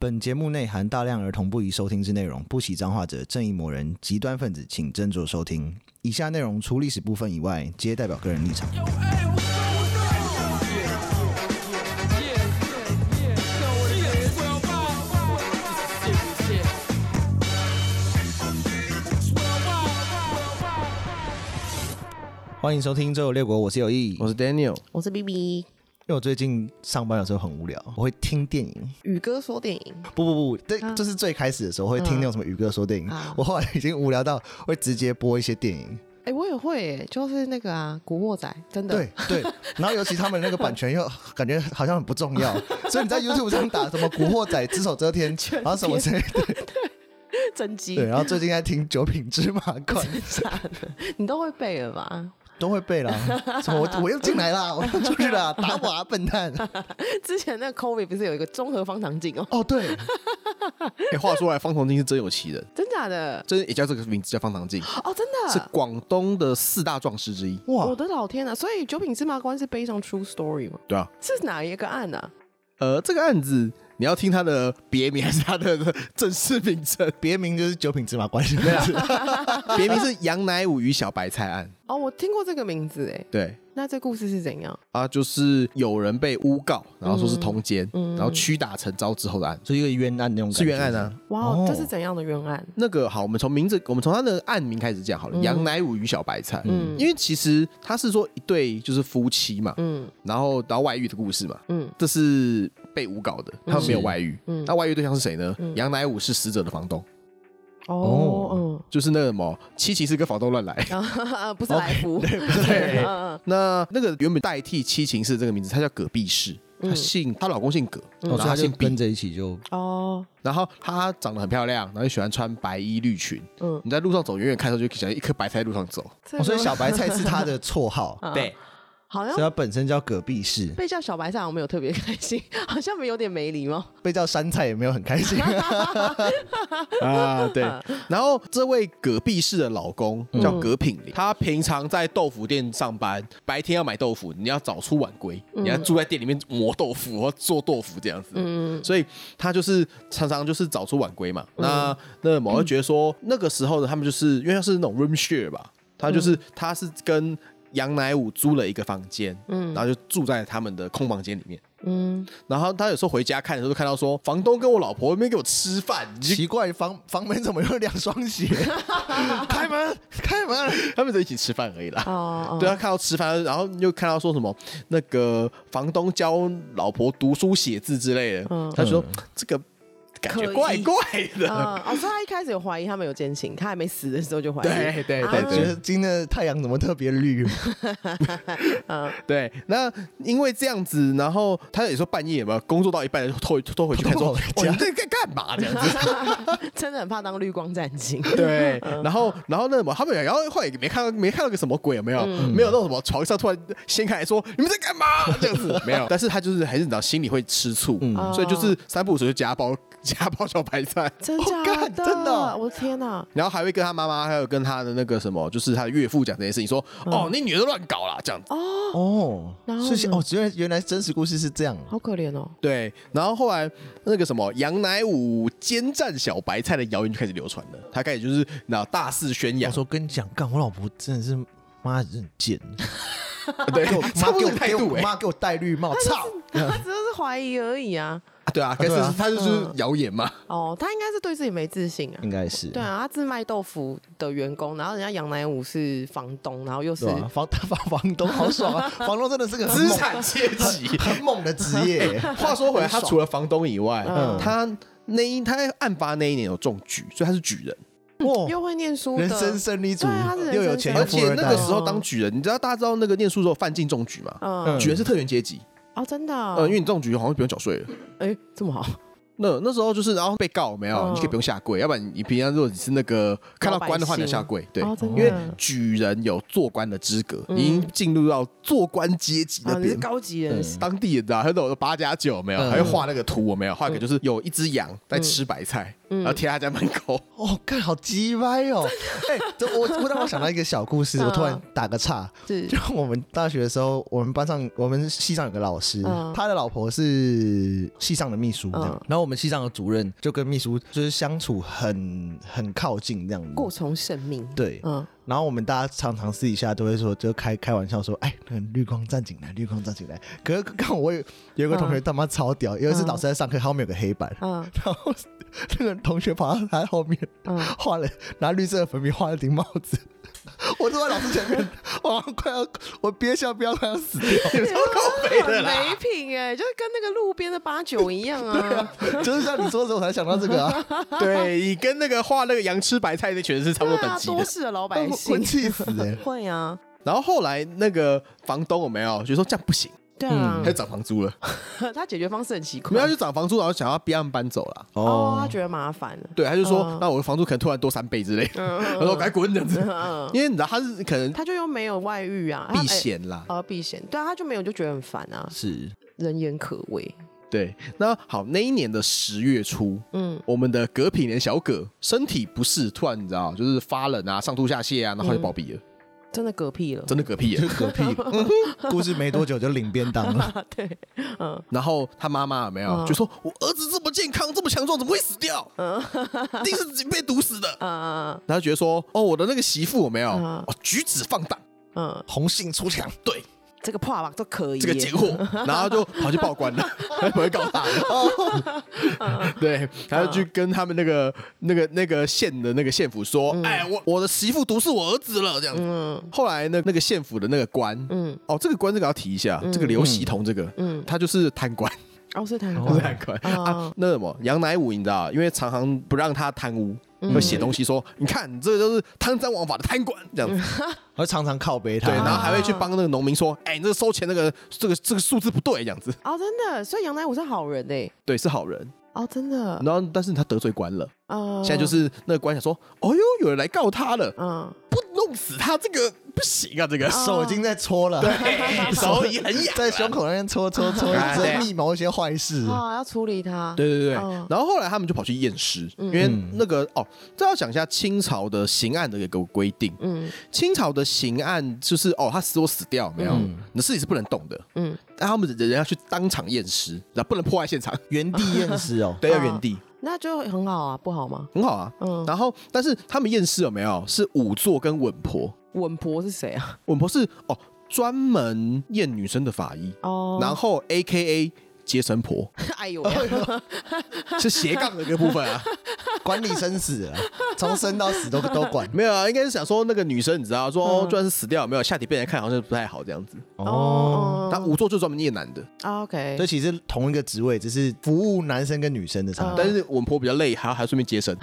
本节目内含大量儿童不宜收听之内容，不喜脏话者、正义魔人、极端分子，请斟酌收听。以下内容除历史部分以外，皆代表个人立场。欢迎收听《周游列国》，我是有意。因我是 Daniel，我是 B B。为我最近上班有时候很无聊，我会听电影。嗯宇哥说电影，不不不，对，就是最开始的时候会听那种什么宇哥说电影，啊我后来已经无聊到会直接播一些电影。哎、我也会耶，就是那个啊，《古惑仔》，真的。对对，然后尤其他们那个版权又感觉好像很不重 要，所以你在 YouTube 上打什么《古惑仔》《只手 遮天》，然后什么之类的， 真机 对，然后最近在听《九品芝麻官》，你都会背了吧？都会 背啦。什么我我又进来啦，我又出去啦，打我啊笨蛋！之前那个 COVID 不是有一个综合方糖镜哦，哦对， 哎、话说来，方唐镜是真有其人， 真假的？真也叫这个名字叫方唐镜，哦，真是的。广东的四大壮士之一。我哇，的老天啊！所以《九品芝麻官》是悲上 true story 吗？对啊，是哪一个案呢、啊？呃，这个案子你要听他的别名还是他的 正式名称？别名就是《九品芝麻官》 对啊，别名是杨乃武与小白菜案。哦，我听过这个名字哎。对那这故事是怎样？啊，就是有人被诬告，然后说是通奸，嗯然后屈打成招之后的案，是一个冤案那种，嗯是冤案啊。。哇、哦这是怎样的冤案？那个好，我们从名字，我们从他的案名开始讲好了。杨乃武与小白菜，嗯，因为其实他是说一对就是夫妻嘛，嗯然后然后外遇的故事嘛，嗯这是被诬告的，他们没有外遇。嗯那外遇对象是谁呢？杨乃武是死者的房东，哦就是那个什么七七是跟房东乱来。嗯，啊 不是来福，对嗯嗯那那个原本代替七情是这个名字，她叫葛碧氏，她姓她老公姓葛，然哦，后所以他她就姓跟毕，着一起就嗯 哦然后她长得很漂亮，然后又喜欢穿白衣绿裙。嗯，你在路上走，远远看的时候就想一颗白菜在路上走。这哦，所以个小白菜是他的绰 号，啊对，好像所以他本身叫葛壁氏，被叫小白菜，我没有特别开心， 好像没有点没礼貌。被叫山菜也没有很开心。 啊，对。然后这位葛碧氏的老公叫葛品林，他平常在豆腐店上班，白天要买豆腐，你要早出晚归，你要住在店里面磨豆腐或做豆腐这样子。嗯，所以他就是常常就是早出晚归嘛。那那某会觉得说，那个时候的他们就是因为他是那种 room share 吧，他就是、他是跟杨乃武租了一个房间，嗯，然后就住在他们的空房间里面。嗯，然后他有时候回家看的时候，就看到说房东跟我老婆没给我吃饭，你 就奇怪，房房门怎么有两双 鞋？开门，开门！ 他们就一起吃饭而已啦。哦，对，他啊看到吃饭，然后又看到说什么那个房东教老婆读书写字之类的，嗯他就说这个感觉怪怪的。嗯，哦，所以他一开始有怀疑他们有奸情，他还没死的时候就怀疑。对对啊对觉对得今天的太阳怎么特别绿？对，那因为这样子，然后他也说半夜嘛，工作到一半偷偷偷回去看说，偷哦偷回，你家这在干嘛这样子？ 真的很怕当绿光战警。 对，嗯然后然后那什么，他们然后后来也没看到没看到个什么鬼，有没有？嗯没有那种什么床上突然掀开来说你们在干嘛这样子，没有。但是他就是还是你知道心里会吃醋，嗯哦所以就是三不五时就家暴家暴小白菜。真哦假干的？真的哦我的天哪！然后还会跟他妈妈，还有跟他的那个什么，就是他的岳父讲这件事情，说：“嗯哦，你女儿乱搞啦，这样子。哦，然后所以呢哦，原来原来真实故事是这样。好可怜哦。对，然后后来那个什么杨乃武奸占小白菜的谣言就开始流传了，他开始就是那大肆宣我扬，说跟你讲，干我老婆真的是妈真的贱，哎对，给我 差哎妈不给我多的态给度我哎、妈给我戴绿帽，操！他只是怀疑而已啊。啊对啊，可是对啊他就是谣言嘛，哦，他应该是对自己没自信啊。应该是对啊，他是卖豆腐的员工，然后人家杨乃武是房东，然后又是对啊吧？房 房房东好爽 啊！房东真的是个很资猛产阶级。很猛的职 业。 话说回来，他除了房东以外，嗯他那一他案发那一年有中举，所以他是举人。又哇，会念书的，嗯人生胜利组对啊他是，人又有生钱胜又而富且二那代个。时候当举人，你知道大家知道那个念书时候犯禁中举嘛？嗯，举人是特权阶级，哦，真的哦，呃，因为你中举好像不用缴税了。哎，这么好，那那时候就是，然后被告有没有，嗯你就可以不用下跪，要不然你平常如果你是那个看到官的话，你要下跪，对，哦真因的为举人有做官的资格，嗯你已经进入到做官阶级那啊，你是边。高级人士，当地人的、啊，他都有八加九有没有，嗯还会画那个图有没有，嗯画一个就是有一只羊在吃白菜，然后贴他家门口。哦，干好鸡歪哦！哎、这我我让我想到一个小故 嗯事，我突然打个岔。是就我们大学的时候，我们班上我们系上有个老师，嗯他的老婆是系上的秘书，这样嗯然后我们系上的主任就跟秘书就是相处很很靠近这样过子。从甚密。，对，嗯，然后我们大家常常私底下都会说，就开开玩笑说，哎，那个绿光站进来，绿光站进来。可是刚好我有有一个同学他妈超屌，有一次嗯老师在上课，他后面有个黑板，嗯然后那个同学跑到他后面嗯，画了拿绿色的粉笔画了顶帽子，我坐在老师前面，我快要我憋笑憋到快要死掉。很没品哎、就是跟那个路边的八九一样啊。就是像你说的时候，我才想到这个啊，对你跟那个画那个羊吃白菜那全是差不对多等啊，级的多。事的老 百我姓气死哎、会啊，然后后来那个房东有没有就说这样不行，对啊他，就涨房租了，嗯 他解决方式很奇嗯怪 没有啊他就涨房租，然后想要逼他们搬走了。哦，他觉得麻烦了。对，他就说、嗯那我的房租可能突然多三倍之类的，嗯他说赶紧滚这样子，嗯，因为你知道他是可能他就又没有外遇啊，他避嫌啦，哎呃避嫌，对啊，他就没有就觉得很烦啊，是人言可畏。对。那好，那一年的十月初，嗯，我们的葛品年小葛身体不适，突然你知道就是发冷啊，上吐下泻啊，然后就暴毙嗯了，真的嗝屁了，真的嗝屁就了。嗝屁。嗯故事没多久就领便当了， 对，嗯然后他妈妈有没有、嗯就说：“我儿子这么健康，这么强壮，怎么会死掉？ 一定是自己被毒死的。”嗯然后觉得说，哦，我的那个媳妇有没有、嗯哦，举止放荡，嗯，红杏出墙。对这个破吧都可以耶，这个贱货， 然后就跑去报官了，不会告他哦了。对，然后去跟他们那个那个那个县的那个县府说，哎，我我的媳妇毒死我儿子了，这样子。嗯后来呢，那个县府的那个官，嗯哦，这个官这个要提一下，这个刘习同这个。嗯，他就是贪官，哦是他，不是贪官、啊哦。那什么杨乃武，你知道，因为常常不让他贪污，嗯会写东西说，你看你这个就是贪赃枉法的贪官这样子。嗯我常常靠背他，对，然后还会啊去帮那个农民说，哎、你这个收钱那个这个这个数字不对，这样子，哦真的，所以杨乃武是好人哎，对，是好人。哦真的，然后，但是他得罪官了，哦，现在就是那个官想说，哦呦，有人来告他了，嗯不弄死他这个不行啊，这哦个手已 经在戳了， 手已很痒，在胸口那边戳戳戳，啊对在密谋一些坏事。哦要处理他，对对对，嗯然后后来他们就跑去验尸，因为那个哦，这要讲一下清朝的刑案的一个规定。嗯清朝的刑案就是哦，他死我死掉没有，你的尸体是不能动的，嗯但他们人要去当场验尸，然后不能破坏现场，原地验尸 哦，对，要哦原地，那就很好啊，不好吗？很好啊。嗯，然后，但是他们验尸有没有是仵作跟稳婆？稳婆是谁啊？稳婆是哦，专门验女生的法医，哦，然后 A K A 接生 婆哎呦，是斜杠的一个部分 啊。管理生死啊，从生到死都都管。没有啊，应该是想说那个女生，你知道，说哦嗯就算是死掉有没有，下体被人看好像不太好这样子。哦，那仵作就专门验男的，啊 OK，这其实同一个职位，只是服务男生跟女生的差嗯别。但是稳婆比较累，还要还要顺便接 生。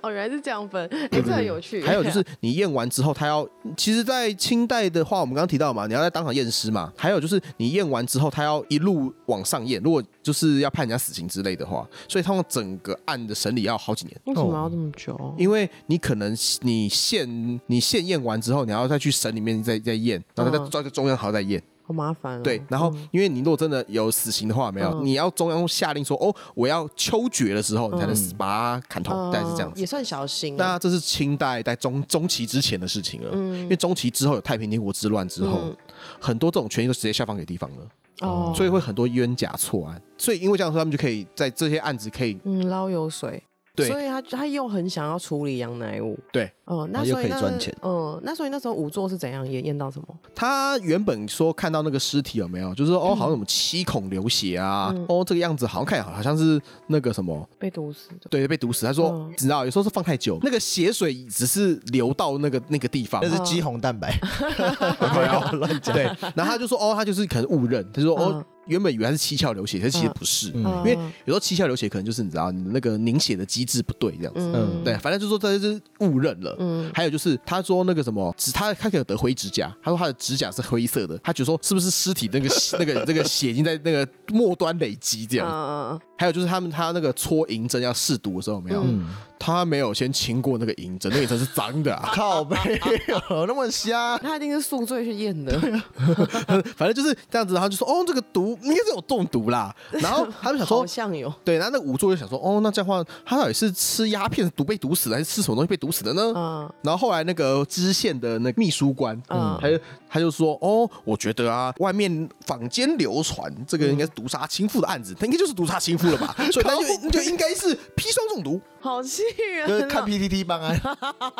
哦，原来是这样分，哎，这很有趣。还有就是你验完之后，他要其实，在清代的话，我们刚刚提到嘛，你要在当场验尸嘛。还有就是你验完之后，他要一路往上验，如果就是要判人家死刑之类的话，所以通常整个案的审理要好几年。为什么要这么久？因为你可能你现你现验完之后，你还要再去省里面再再验，然后再嗯抓个中央还要再验，好麻烦哦。对。然后因为你如果真的有死刑的话，没有，嗯你要中央下令说哦，我要秋决的时候，你才能死把它砍头，大概是这样嗯也子。算小心啊。那这是清代在中中期之前的事情了，嗯因为中期之后有太平天国之乱之后，嗯很多这种权益都直接下放给地方了，哦，所以会很多冤假错案。所以因为这样说，他们就可以在这些案子可以嗯捞油水。对所以他他又很想要处理杨乃武。对，嗯，然那后又所以可以那赚钱嗯，那所以那时候仵作是怎样验验到什么？他原本说看到那个尸体有没有，就是说哦，好像什么七孔流血啊，嗯哦这个样子好像看起来好像是那个什么，被毒死的。对，被毒死。他说、嗯你知道有时候是放太久，那个血水只是流到那个那个地 方那。是肌红蛋白，没有乱讲。对，然后他就说哦，他就是可能误认，他说哦嗯，原本以为他是七窍流血，可是其实嗯不是，嗯因嗯为有时候七窍流血可能就是你知道你的那个凝血的机制不对这样子。嗯对，，反正就说这就是误认了。嗯还有就是，他说那个什么，指他他可能有得灰指甲，他说他的指甲是灰色的，他觉得说是不是尸体那个那个那个血 已经在那个末端累积这嗯样。嗯还有就是他们他那个搓银针要试毒的时候有没有，嗯他没有先清过那个银针，那个银针是脏的、 啊。靠背有那么瞎 他一定是宿醉去验的。反正就是这样子，然后就说哦，这个毒毒应该是有中毒啦。然后他就想说好，像有，对，然后那个仵作就想说，哦，那这样的话，他到底是吃鸦片毒被毒死的，还是吃什么东西被毒死的呢？嗯然后后来那个知县的那个秘书官，嗯他就他就说，哦，我觉得啊，外面坊间流传这个应该是毒杀亲父的案子，他应该就是毒杀亲父了 吧？所以他就就应该是砒霜中毒， 好气就人是哦，看 PPT 帮啊，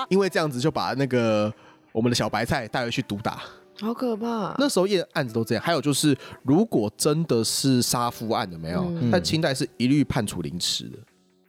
因为这样子就把那个我们的小白菜带回去毒打。 好可怕。那时候验案子都这样，还有就是，如果真的是杀夫案有没有？嗯但清代是一律判处凌迟的。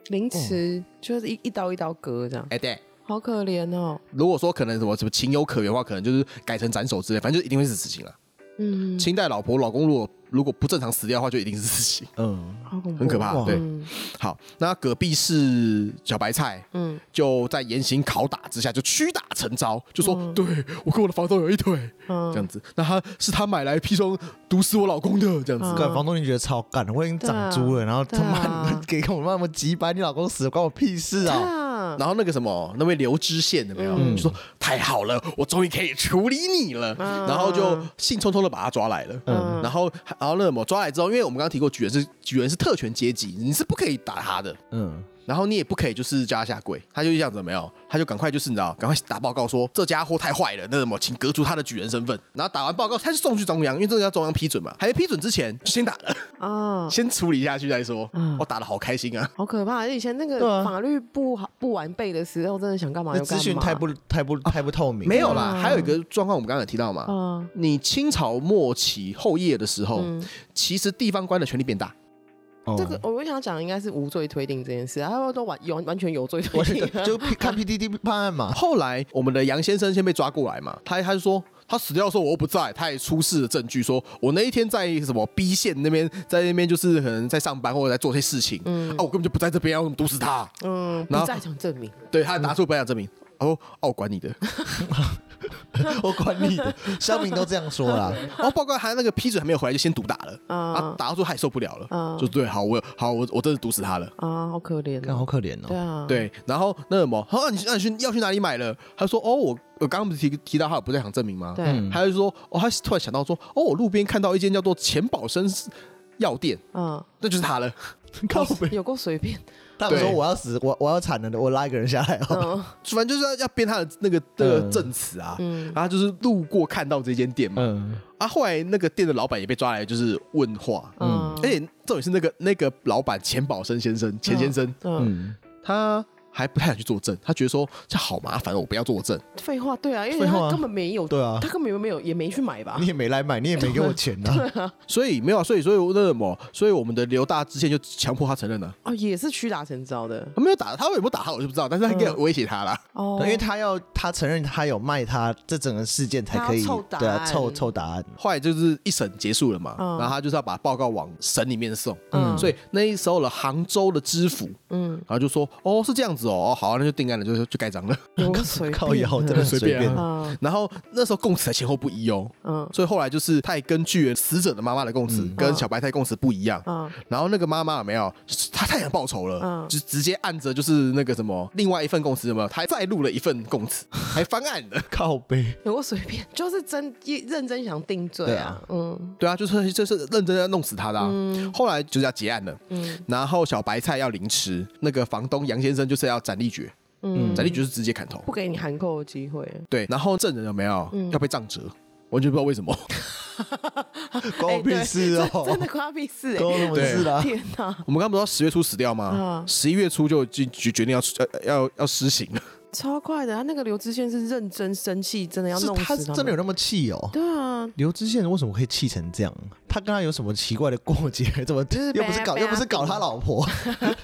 凌迟就是一一刀一刀割这样，哎、对，好可怜哦。如果说可能什么什么情有可原的话，可能就是改成斩首之类，反正就一定会是死刑了。嗯，清代老婆老公如果如果不正常死掉的话，就一定是死刑， 嗯，好恐怖，很可怕。哇对，嗯好，那隔壁是小白菜。嗯，就在严刑拷打之下，就屈打成招，就说：“对我跟我的房东有一腿，这样嗯子。那他是他买来砒霜毒死我老公的，这样子。嗯干房东你觉得超干，我已经长猪了，然后他对妈啊你们给我妈妈几百，你老公死了关我屁事对 啊！啊，然后那个什么，那位刘知县有没有、嗯就说太好了，我终于可以处理你了，嗯然后就兴冲冲的把他抓来了。嗯然后，然后那什么抓来之后，因为我们刚刚提过，举人是举人是特权阶级，你是不可以打他的，嗯，然后你也不可以就是叫他下跪，他就这样子有没有，他就赶快就是你知道，赶快打报告说这家伙太坏了，那什么，请革除他的举人身份。然后打完报告，他就送去中央，因为这个要中央批准嘛，还没批准之前就先打 了，啊，先处理下去再说。嗯我打的好开心啊，好可怕！以前那对个啊法律不好不完备的时候，真的想干嘛那哦就干资嘛。讯太不太不太不透明，没有啦，嗯还有一个状况我们刚刚有提到嘛，嗯你清朝末期后叶的时候，嗯，其实地方官的权力变大，哦这个我我想讲应该是无罪推定这件事，啊他们都完完完全有罪推我是定，啊就看 PPT 判案嘛，啊后来我们的杨先生先被抓过来嘛，他他就说他死掉的时候我又不在，他也出示了证据说，我那一天在什么 B 县那边，在那边就是可能在上班或者在做些事情，啊，我根本就不在这边，要毒死他，嗯，然后不在场证明，对他拿出本想证明。哦，哦，我管你的！我管你的，乡民都这样说 啦。然后报告哦他那个批准还没有回来，就先毒打了。啊啊，打到最后他也受不了了，啊就对，好，我有好，我我真的毒死他了。啊，好可怜看哦，好可怜对哦。啊，，对，然后那什么，他说、啊、你那你去要去哪里买了？他说哦，我我刚刚不是提提到他有不在场证明吗？对嗯他就说哦，他突然想到说哦，我路边看到一间叫做钱宝生药店，嗯，那就是他了。哦靠北，有够随便，他们说对我要死，我我要惨了的，我拉一个人下来哦。嗯反正就是要要编他的那个那个嗯证词啊。嗯，然后他就是路过看到这间店嘛，嗯，啊，后来那个店的老板也被抓来，就是问话，嗯嗯而且重点是那个那个老板钱宝生先生，钱先生，嗯，嗯，他还不太想去作证，他觉得说这好麻烦，哦我不要作证。废话，对啊，因为废话他根本没有，对啊他根本没有，也没去买吧你，也没来买，你也没给我钱 呐。所以没有啊，所以所以那什么，所以我们的刘大之前就强迫他承认了，哦，也是屈打成招的，他没有打他，有没有打他我就不知道，但是他应嗯该有威胁他啦。哦，因为他要他承认他有卖他，这整个事件才可以他要凑答案对啊凑凑答案。后来就是一审结束了嘛，嗯然后他就是要把报告往省里面送，嗯所以那时候的杭州的知府，嗯，然后就说哦是这样子哦，哦好、啊，那就定案了，就就盖章了。有够随便，靠腰真的随随便啊便，嗯然后那时候供词还前后不一哦，嗯所以后来就是他也根据死者的妈妈的供词、嗯跟小白菜供词不一样，嗯然后那个妈妈有没有？她太想报仇了，嗯就直接按着就是那个什么，另外一份供词有没有？她还再录了一份供词，还翻案的。靠背，有够随便， 就是真一认真想定罪对啊啊，嗯 对啊，就是就是认真要弄死他的、啊。后来就是要结案了，嗯然后小白菜要凌迟，那个房东杨先生就是要斩立决，嗯，斩立决是直接砍头。不给你含扣的机会，对，然后证人有没有、嗯要被杖责？完全不知道为什么，关哎我屁对事哦， 真真的关我屁事关我什么对事啊啦？哎，天哪，我们刚刚不是说十月初死掉吗嗯？十一、月初就就就决定要呃要要要施行 了，超快的！他那个刘知县是认真生气，真的要是啊弄他死真的有们。那么气哦？对啊，刘知县为什么会气成这样？他跟他有什么奇怪的过节？ 怎么是被又不是搞被他又不是搞他老 婆？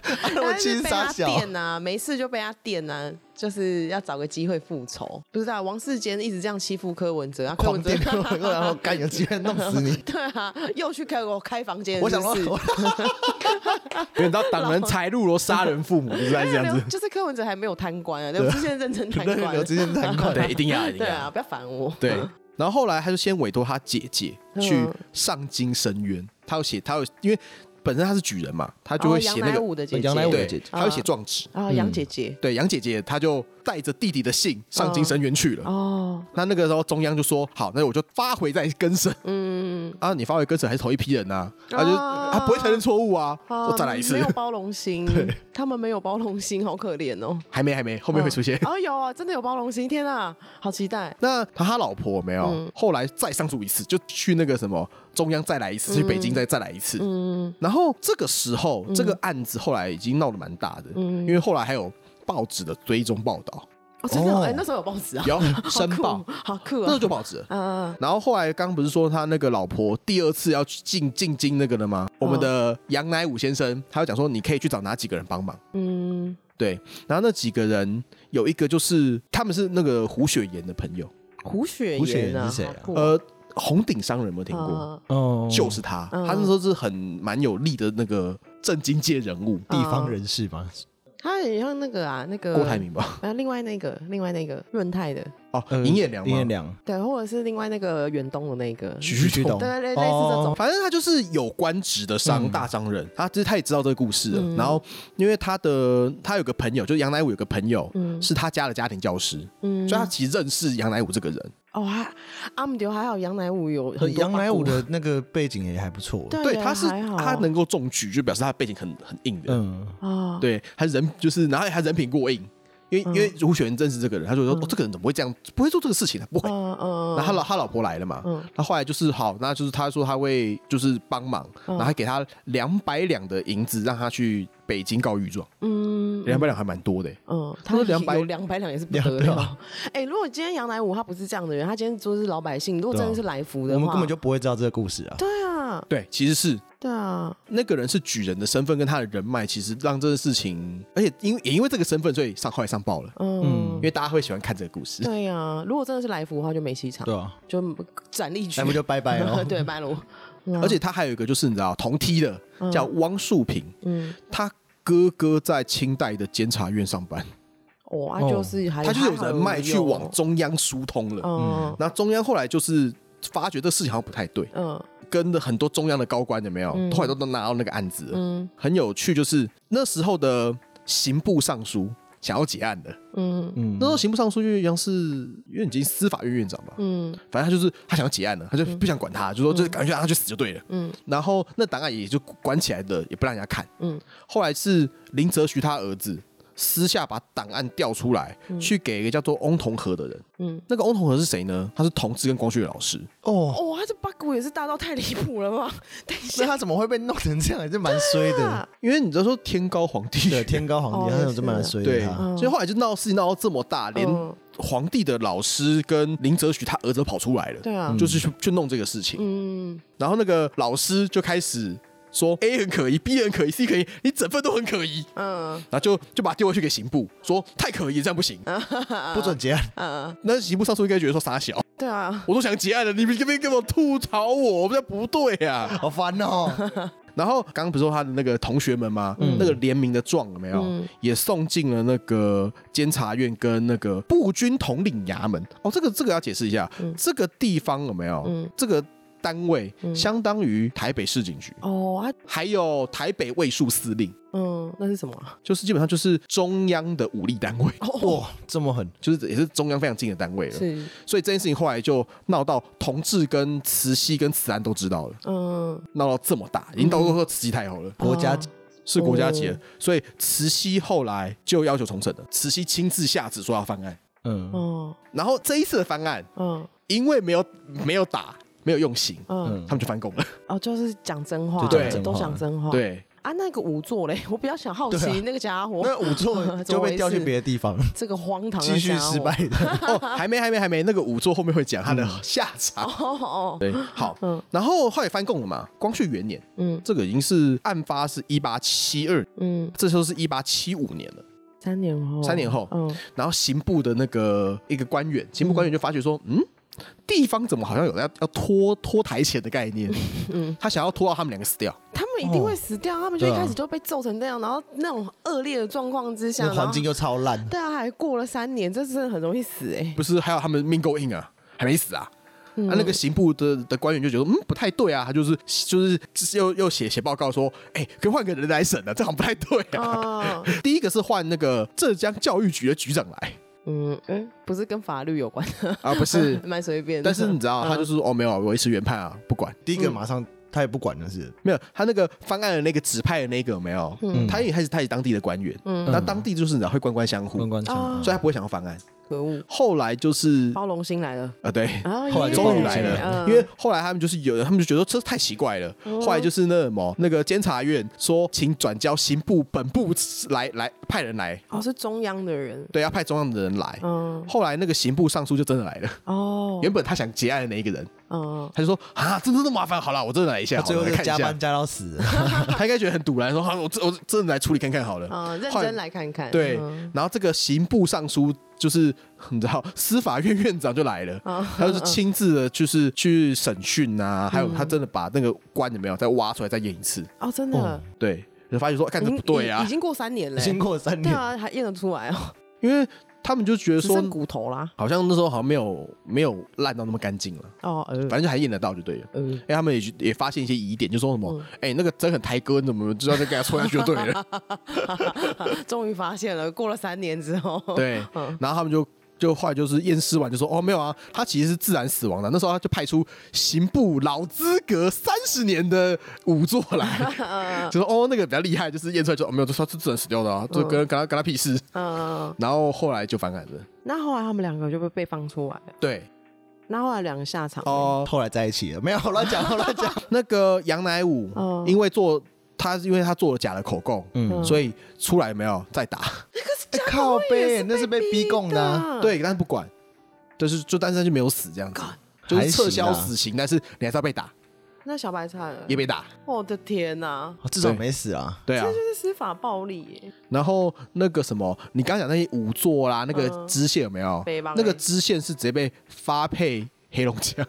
他那么但气是是被傻他小？电啊，没事就被他电啊，就是要找个机会复仇。不知道王世坚一直这样欺负柯文哲， 啊，柯狂文哲。电，然后干有机会弄死你 对啊，又去开我开房间，我想说，是不是因为你知道挡人财路如杀人父母，就是在这样刘子。就是柯文哲还没有贪官啊，刘知县认真贪官，刘知县贪 官 对，一定要，一定对要啊，。不要烦我。对，然后后来他就先委托他姐姐嗯去上京申冤，他有写，他有因为本身他是举人嘛，他他就会写那哦杨乃个武的姐姐，嗯哦杨乃武的对嗯姐姐，他会写状纸。啊，杨姐姐，对，杨姐姐她就带着弟弟的信上京神园去了。哦，那那个时候中央就说好，那我就发回再更审嗯，啊，你发回更审还是同一批人呐、啊，他就啊他不会承认错误啊，啊我再来一次没有，包容 心，他们没有包容心，好可怜哦。还没还没，后面会出现。哦，有啊，真的有包容心，天啊，好期待。 那他他老婆没有，嗯后来再上诉一次，就去那个什么中央再来一次，去北京再再来一次。嗯然后这个时候，这个案子后来已经闹得蛮大的，嗯因为后来还有报纸的追踪报道，哦，真的，哦哎，那时候有报纸啊，有 好申酷报，，好那酷时候啊。就报纸了。嗯，然后后来刚不是说他那个老婆第二次要去进进京那个了嗯吗？我们的杨乃武先生，他就讲说你可以去找哪几个人帮忙。嗯，对，然后那几个人有一个就是他们是那个胡雪岩的朋友，胡雪胡雪岩岩啊，是谁啊好酷啊呃，红顶商人有没有听过？啊哦就是他，嗯他那时候是很蛮有力的那个政经界人物，嗯地方人士嘛，他很像那个啊，那个呃郭台，铭吧？然后另外那个，另外那个润泰的，哦，呃尹彦良吗，林彦良，对，或者是另外那个远东的那个，徐徐旭旭东哦东，对对，类似这种，反正他就是有官职的商、嗯大商人，他就是他也知道这个故事了。嗯然后，因为他的他有个朋友，就是杨乃武有个朋友、嗯是他家的家庭教师，嗯所以他其实认识杨乃武这个人。哦，还阿姆丢还好，杨乃武有很多杨乃武八的那个背景也还不错，股，对，啊他是还好他能够中举，就表示他的背景很很硬的。嗯，啊，对，他人就是，然后他人品过硬，因为、嗯因为胡雪岩认识这个人，他就说、哦，这个人怎么会这样，不会做这个事情的、啊不会。嗯，嗯嗯，然后他老他老婆来了嘛，嗯那后来就是好，那就是他说他会就是帮忙，嗯然后还给他两百两的银子，让他去北京告御状，嗯，两百两还蛮多的欸、嗯，他说200有两百两也是不得了。哎、如果今天杨乃武他不是这样的人，他今天就是老百姓，如果真的是来福的我话，们根本就不会知道这个故事啊。对啊，对，其实是对啊，那个人是举人的身份跟他的人脉，其实让这个事情，而且因也因为这个身份，所以上后来上报了，嗯，因为大家会喜欢看这个故事。对啊，如果真的是来福的话，就没戏唱，对啊，就斩立决那，不就拜拜了？ 对，白龙，嗯啊而且他还有一个就是你知道同梯的叫汪树平，嗯，他哥哥在清代的监察院上班，哦，啊、就是还他就是有人脉去往，还好哦中央疏通了。嗯那中央后来就是发觉这事情好像不太对，嗯跟很多中央的高官有没有，嗯后来都都拿到那个案子了嗯很有趣，就是那时候的刑部尚书想要结案的，嗯嗯那时候刑部尚书就像是因为已经司法院院长吧，嗯反正他就是他想要结案了，他就不想管他，就说就是感觉让他去死就对了。嗯然后那档案也就关起来的，也不让人家看。嗯后来是林则徐他儿子私下把档案调出来，去给一个叫做翁同和的人。嗯，那个翁同和是谁呢？他是同治跟光绪的老师。哦，哦，他这八股也是大到太离谱了吧？ 等一那下，他怎么会被弄成这样？还是蛮衰的。因为你知道说天高皇帝对，远，天高皇帝，啊哦他有这么衰对的啊他。，所以后来就闹事情闹到这么大，连嗯皇帝的老师跟林则徐他儿子都跑出来了，对嗯啊，就是去去弄这个事情。嗯然后那个老师就开始说 A 很可疑，B 很可疑，C 可疑，你整份都很可疑。嗯然后就就把他丢回去给刑部，说太可疑了，这样不行。不准结案，嗯，那刑部上诉应该觉得说傻小，对啊，我都想结案了，你们这边给我吐槽我，我这不对啊。好烦哦。 然后刚刚不是说他的那个同学们吗？那个联名的状有没有、嗯也送进了那个监察院跟那个步军统领衙门？哦，这个这个要解释一下，嗯这个地方有没有？嗯这个单位嗯相当于台北市警局，哦，啊，还有台北卫戍司令，嗯，那是什么啊？就是基本上就是中央的武力单位，哇，这么狠，就是也是中央非常近的单位了。哦是，所以这件事情后来就闹到同治、跟慈禧、跟慈安都知道了，嗯，闹到这么大，已经到说慈禧太后了，国家是国家级了哦。所以慈禧后来就要求重审了，慈禧亲自下旨说要翻案。嗯哦，然后这一次的翻案，嗯因为没有没有打，没有用刑，嗯，嗯他，们就翻供了。哦，就是讲真话，就讲真都话讲真话。对，啊，那个仵作嘞，我 比较想好对奇啊那个家伙，那仵 作 怎就么回被事啊调去别的地 方，这个荒唐的继续家伙失败。的。哦，还没还没还没，那个仵作后面会讲他的下场。 哦哦，对，好嗯，然后后来翻供了嘛，光绪元年，嗯这个已经是案发是一八七二，嗯，这时候是一八七五年了。三年后，三年后哦嗯然后刑部的那个一个官员，刑部官员就发觉说，嗯，地方怎么好像有要要拖拖台前的概念，嗯，他想要拖到他们两个死掉，他们一定会死掉，他们就一对啊开始就被揍成那样，然后那种恶劣的状况之下，那然环后境又超烂， 对啊，还过了三年，这真的很容易死 哎。不是还有他们命够硬啊，还没死啊。嗯啊，那个刑部的的官员就觉得，嗯，不太对啊，他就是就是又又写写报告说，哎、可以换个人来审啊，这好像不太对啊。哦，第一个是换那个浙江教育局的局长来，嗯嗯，不是跟法律有关的，，啊，不是 蛮随便的。但是你知道，他嗯就是哦，没有，维持原判啊，不管，第一个马上他也不管了，是没有，他那个翻案的那个指派的那个有没有，嗯他也还是他也当地的官员，嗯，那当地就是你知道会官官相护，官官相啊护所以他不会想要翻案。可恶，后来就是包容心来了啊，对，啊，后来耶就终于包容来心了，哦嗯因为后来他们就是有人，他们就觉得这太奇怪了。哦后来就是那什么，那个监察院说，请转交刑部本部来来派人来，哦是中央的人，对，要派中央的人来。嗯后来那个刑部尚书就真的来了，哦，原本他想结案的那一个人，嗯他就说啊，真的那么麻烦，好了，我真的来一下，他最后好了就来看加一下班。加到死， 他应该觉得很堵然，说好，我真我真的来处理看看好了。嗯，认后来真来看看，对嗯，然后这个刑部尚书就是 你知道，司法院院长就来了，哦他就是亲自的，就是去审讯嗯啊，还有他真的把那个官有没有再挖出来再验一次，哦真的哦，对，就发现说，看已这经不对已啊已，经过三年了，经过三对年，啊，还验得出来哦，因为他 们就觉得只说剩，骨头啦，好像那时候好像没有没有烂到那么干净了，哦呃反正就还验得到就对了。呃，哎，他们也去也发现一些疑点，就说什嗯么，哎，那个真很台哥，你怎么知道再给他戳下去就对了？呃 终于发现了，过了三年之后，对嗯，然后他们就就后来就是验尸完就说哦没有啊，他其实是自然死亡的。那时候他就派出刑部老资格三十年的仵作来，就说哦那个比较厉害，就是验出来就哦没有，就说他是自然死掉的啊，就跟跟他跟他屁事。嗯，然后后来就翻案了，那后来他们两个就被被放出来了，对那后来两个下场了，哦， 后来在一起了，没有乱讲乱 讲，那个杨乃武哦因为做他因为他做了假的口供，嗯，所以出来没有再打，哎靠背那是被逼供的啊，啊，对，但是不管，就是就但是他就没有死这样子，就是还行撤销啊死刑，但是你还是要被打，那小白菜了哦也，被打，我的天呐，至少没死啊。对啊，这就是司法暴力耶，然后那个什么，你刚刚讲那些仵作啦，那个嗯支线有没有？北方那个欸支线是直接被发配黑龙江。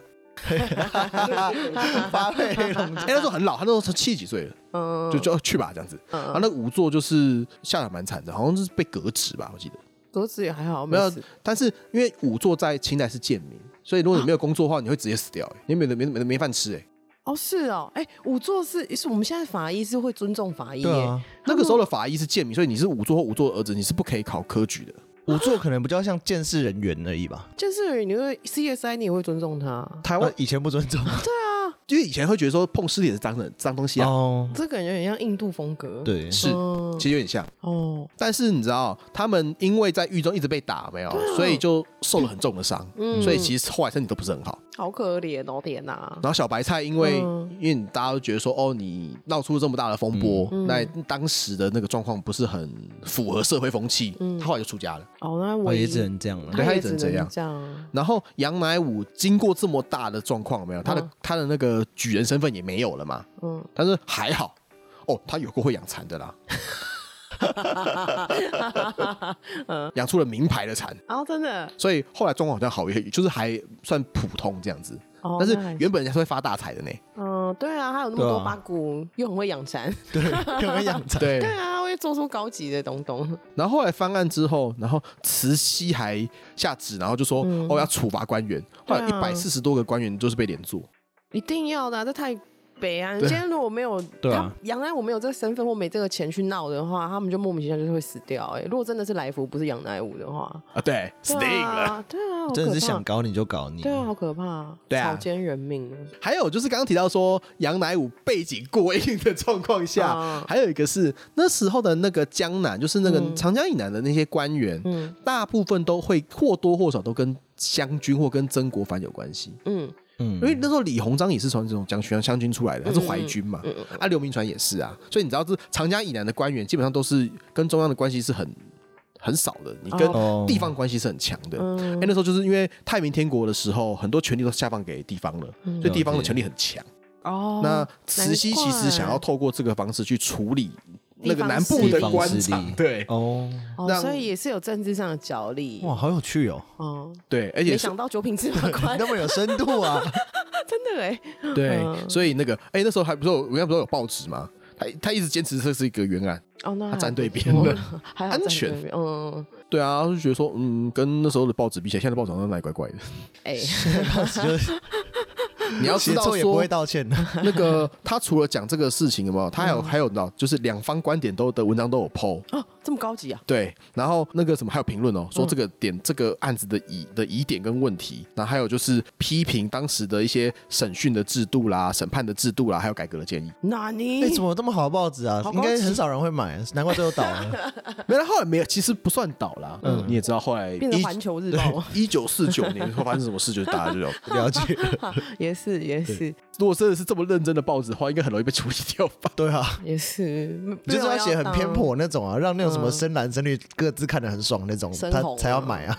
发配黑龙哎、那时候很老，他那时候才七十几岁了，嗯，就就啊去吧这样子。嗯然后那个仵作就是下场蛮惨的，好像是被革职吧，我记得。格子也还好，没有事，但是因为仵作在清代是贱民，所以如果你没有工作的话，你会直接死掉、欸，嗯你没得没没没饭吃哎、哦，是哦，哎，仵作是是我们现在法医是会尊重法医对耶，啊，那个时候的法医是贱民，所以你是仵作或仵作的儿子，你是不可以考科举的。仵作可能比较像见识人员而已吧。监视人你会 CSI 你也会尊重他，台湾以前不尊重因为以前会觉得说碰尸体也是脏的脏东西啊，哦，这个人有点像印度风格，，对，是嗯其实有点像。哦，但是你知道，他们因为在狱中一直被打，没有，所以就受了很重的伤，啊嗯所以其实后来身体都不是很好。好可怜哦，天呐，然后小白菜因为、嗯因为你大家都觉得说，哦，你闹出这么大的风波，嗯那当时的那个状况不是很符合社会风气，嗯他后来就出家了。哦，那我我也只能这样了。对他也也只只能这样这样，然后杨乃武经过这么大的状况，有没有他的、嗯他的那个举人身份也没有了嘛，嗯，但是还好，哦，他有过会养蚕的 啦，养出了名牌的蚕。哦，真的，所以后来状况好像好一些，就是还算普通这样子。哦，但是那还原本人家是会发大财的呢。嗯，对啊，他有那么对多啊八股，又很会养蚕， 对，有人养蚕，对 对啊，会做出高级的东东，然后后来翻案之后，然后慈禧还下旨，然后就说、嗯哦要处罚官员。后来对一啊百四十多个官员就是被连坐。一定要的啊、这太北啊！对今天如果没有对啊他，杨乃武没有这个身份或没这个钱去闹的话，他们就莫名其妙就是会死掉、欸。哎，如果真的是来福不是杨乃武的话，啊，对，死定对了。啊，对啊，好可真的是怕想，搞你就搞你。对啊，好可怕啊，对啊草菅人命啊，还有就是刚刚提到说杨乃武背景过硬的状况下，嗯还有一个是那时候的那个江南，就是那个嗯长江以南的那些官员，嗯大部分都会或多或少都跟湘军或跟曾国藩有关系。嗯嗯因为那时候李鸿章也是从这种江军湘军出来的，他是淮军嘛，嗯嗯啊，刘铭传也是啊，所以你知道，这长江以南的官员基本上都是跟中央的关系是很很少的，你跟哦地方关系是很强的。哎、嗯那时候就是因为太平天国的时候，很多权力都下放给地方了，所以地方的权力很强。哦，那慈禧其实想要透过这个方式去处理那个南部的地方势官力场，对哦，哦，让所以也是有政治上的角力哇，好有趣 哦，哦。对，而没且是想到九品芝麻你，官 那么有深度啊！真的哎、对，嗯所以那个哎、那时候还不是有我刚才不是有报纸吗？他他一直坚持这是一个原案。哦，那他还站不对错边的还好安站全对边嗯，对啊，就觉得说，嗯，跟那时候的报纸比起来，现在的报纸好像哪里怪怪的。哎、 就是 你要写知道错也不说会， 道歉的。那嗯个他除了讲这个事情有没有，他还有还有你知道，就是两方观点都的文章都有 PO，哦，这么高级啊？对，然后那个什么还有评论哦，说这个点、这个案子的疑的疑点跟问题，那还有就是批评当时的一些审讯的制度啦、审判的制度啦，还有改革的建议。那你哎、怎么有这么好的报纸啊？好高应级该很少人会买，啊难怪最后倒啊 了。没有，后来没有，其实不算倒啦。嗯，你也知道后来变成一环球 日报吗？一九四九年会发生什么事，就是大家就 有。了解，也是也是如果真的是这么认真的报纸的话，应该很容易被处理掉吧？对啊， 也是，你就是没有要写很当偏 颇那种啊，让那种什么深蓝、深绿各自看得很爽那种，嗯深他红才要啊买啊。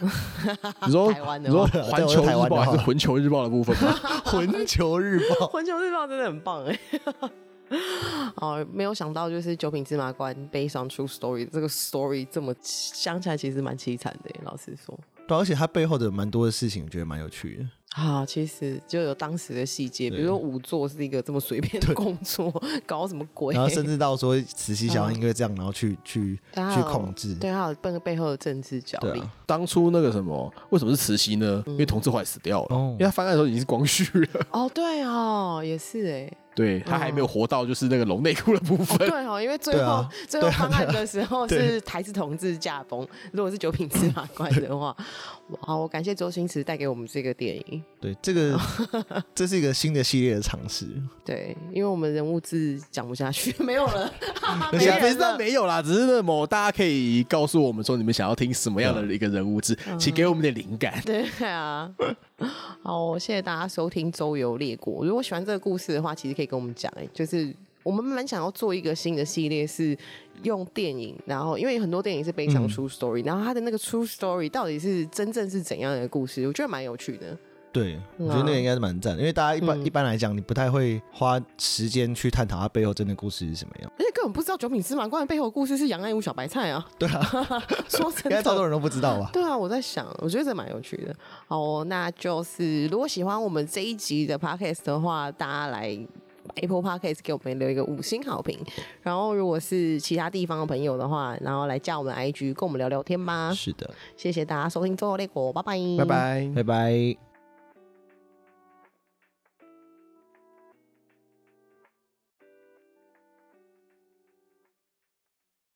你说台湾你的哦说 吗环球日报还是环球日报的部分吗？ 环球日 报，环球日报真的很棒哎、 哦，没有想到就是九品芝麻官 based on true story 这个 story 这么想起来其实蛮凄惨的耶，欸老实说对，啊而且它背后的蛮多的事情，我觉得蛮有趣的。啊，其实就有当时的细节，比如对说仵作是一个这么随便的工作，搞什么鬼？然后甚至到说慈禧想要因为这样，然后去去他还去有控制，嗯哦对，还有背背后的政治角对力，啊，当初那个什么，为什么是慈禧呢？嗯因为同治后来死掉了，哦因为他翻案的时候已经是光绪了，哦，对哦，也是哎，对他还没有活到就是那个龙内裤的部哦 分。对哦，因为最对后、啊最对后啊方案的时候对是台式同志驾崩，如果是九品芝麻官的话，好，我感谢周星驰带给我们这个电影。对，这 个这是一个新的系列的尝试。对，因为我们人物志讲不下去， 没有了，哈哈那 没现在没人知道了。没有啦，只是那某大家可以告诉我们说你们想要听什么样的嗯一个人物志，请给我们点灵感。对啊，好，谢谢大家收听《周游列国》。如果喜欢这个故事的话，其实可以跟我们讲，哎，就是我们蛮想要做一个新的系列，是用电影，然后因为很多电影是悲嗯伤 true story，、然后它的那个 true story 到底是真正是怎样的故事，我觉得蛮有趣的。对，我觉得那哦个应该是蛮赞的，因为大家一嗯般、一般来讲，你不太会花时间去探讨它背后真的故事是什么样。而且哎根本不知道九品芝麻官的背后故事是杨爱武小白菜啊！对啊，说真 应的，该超多人都不知道吧？对啊，我在想，我觉得这蛮有趣的。好哦，那就是如果喜欢我们这一集的 podcast 的话，大家来 Apple Podcast 给我们留一个五星好评。然后，如果是其他地方的朋友的话，然后来加我们的 IG，跟我们聊聊天吧。是的，谢谢大家收听《周游列国》，拜拜。拜，拜。拜拜。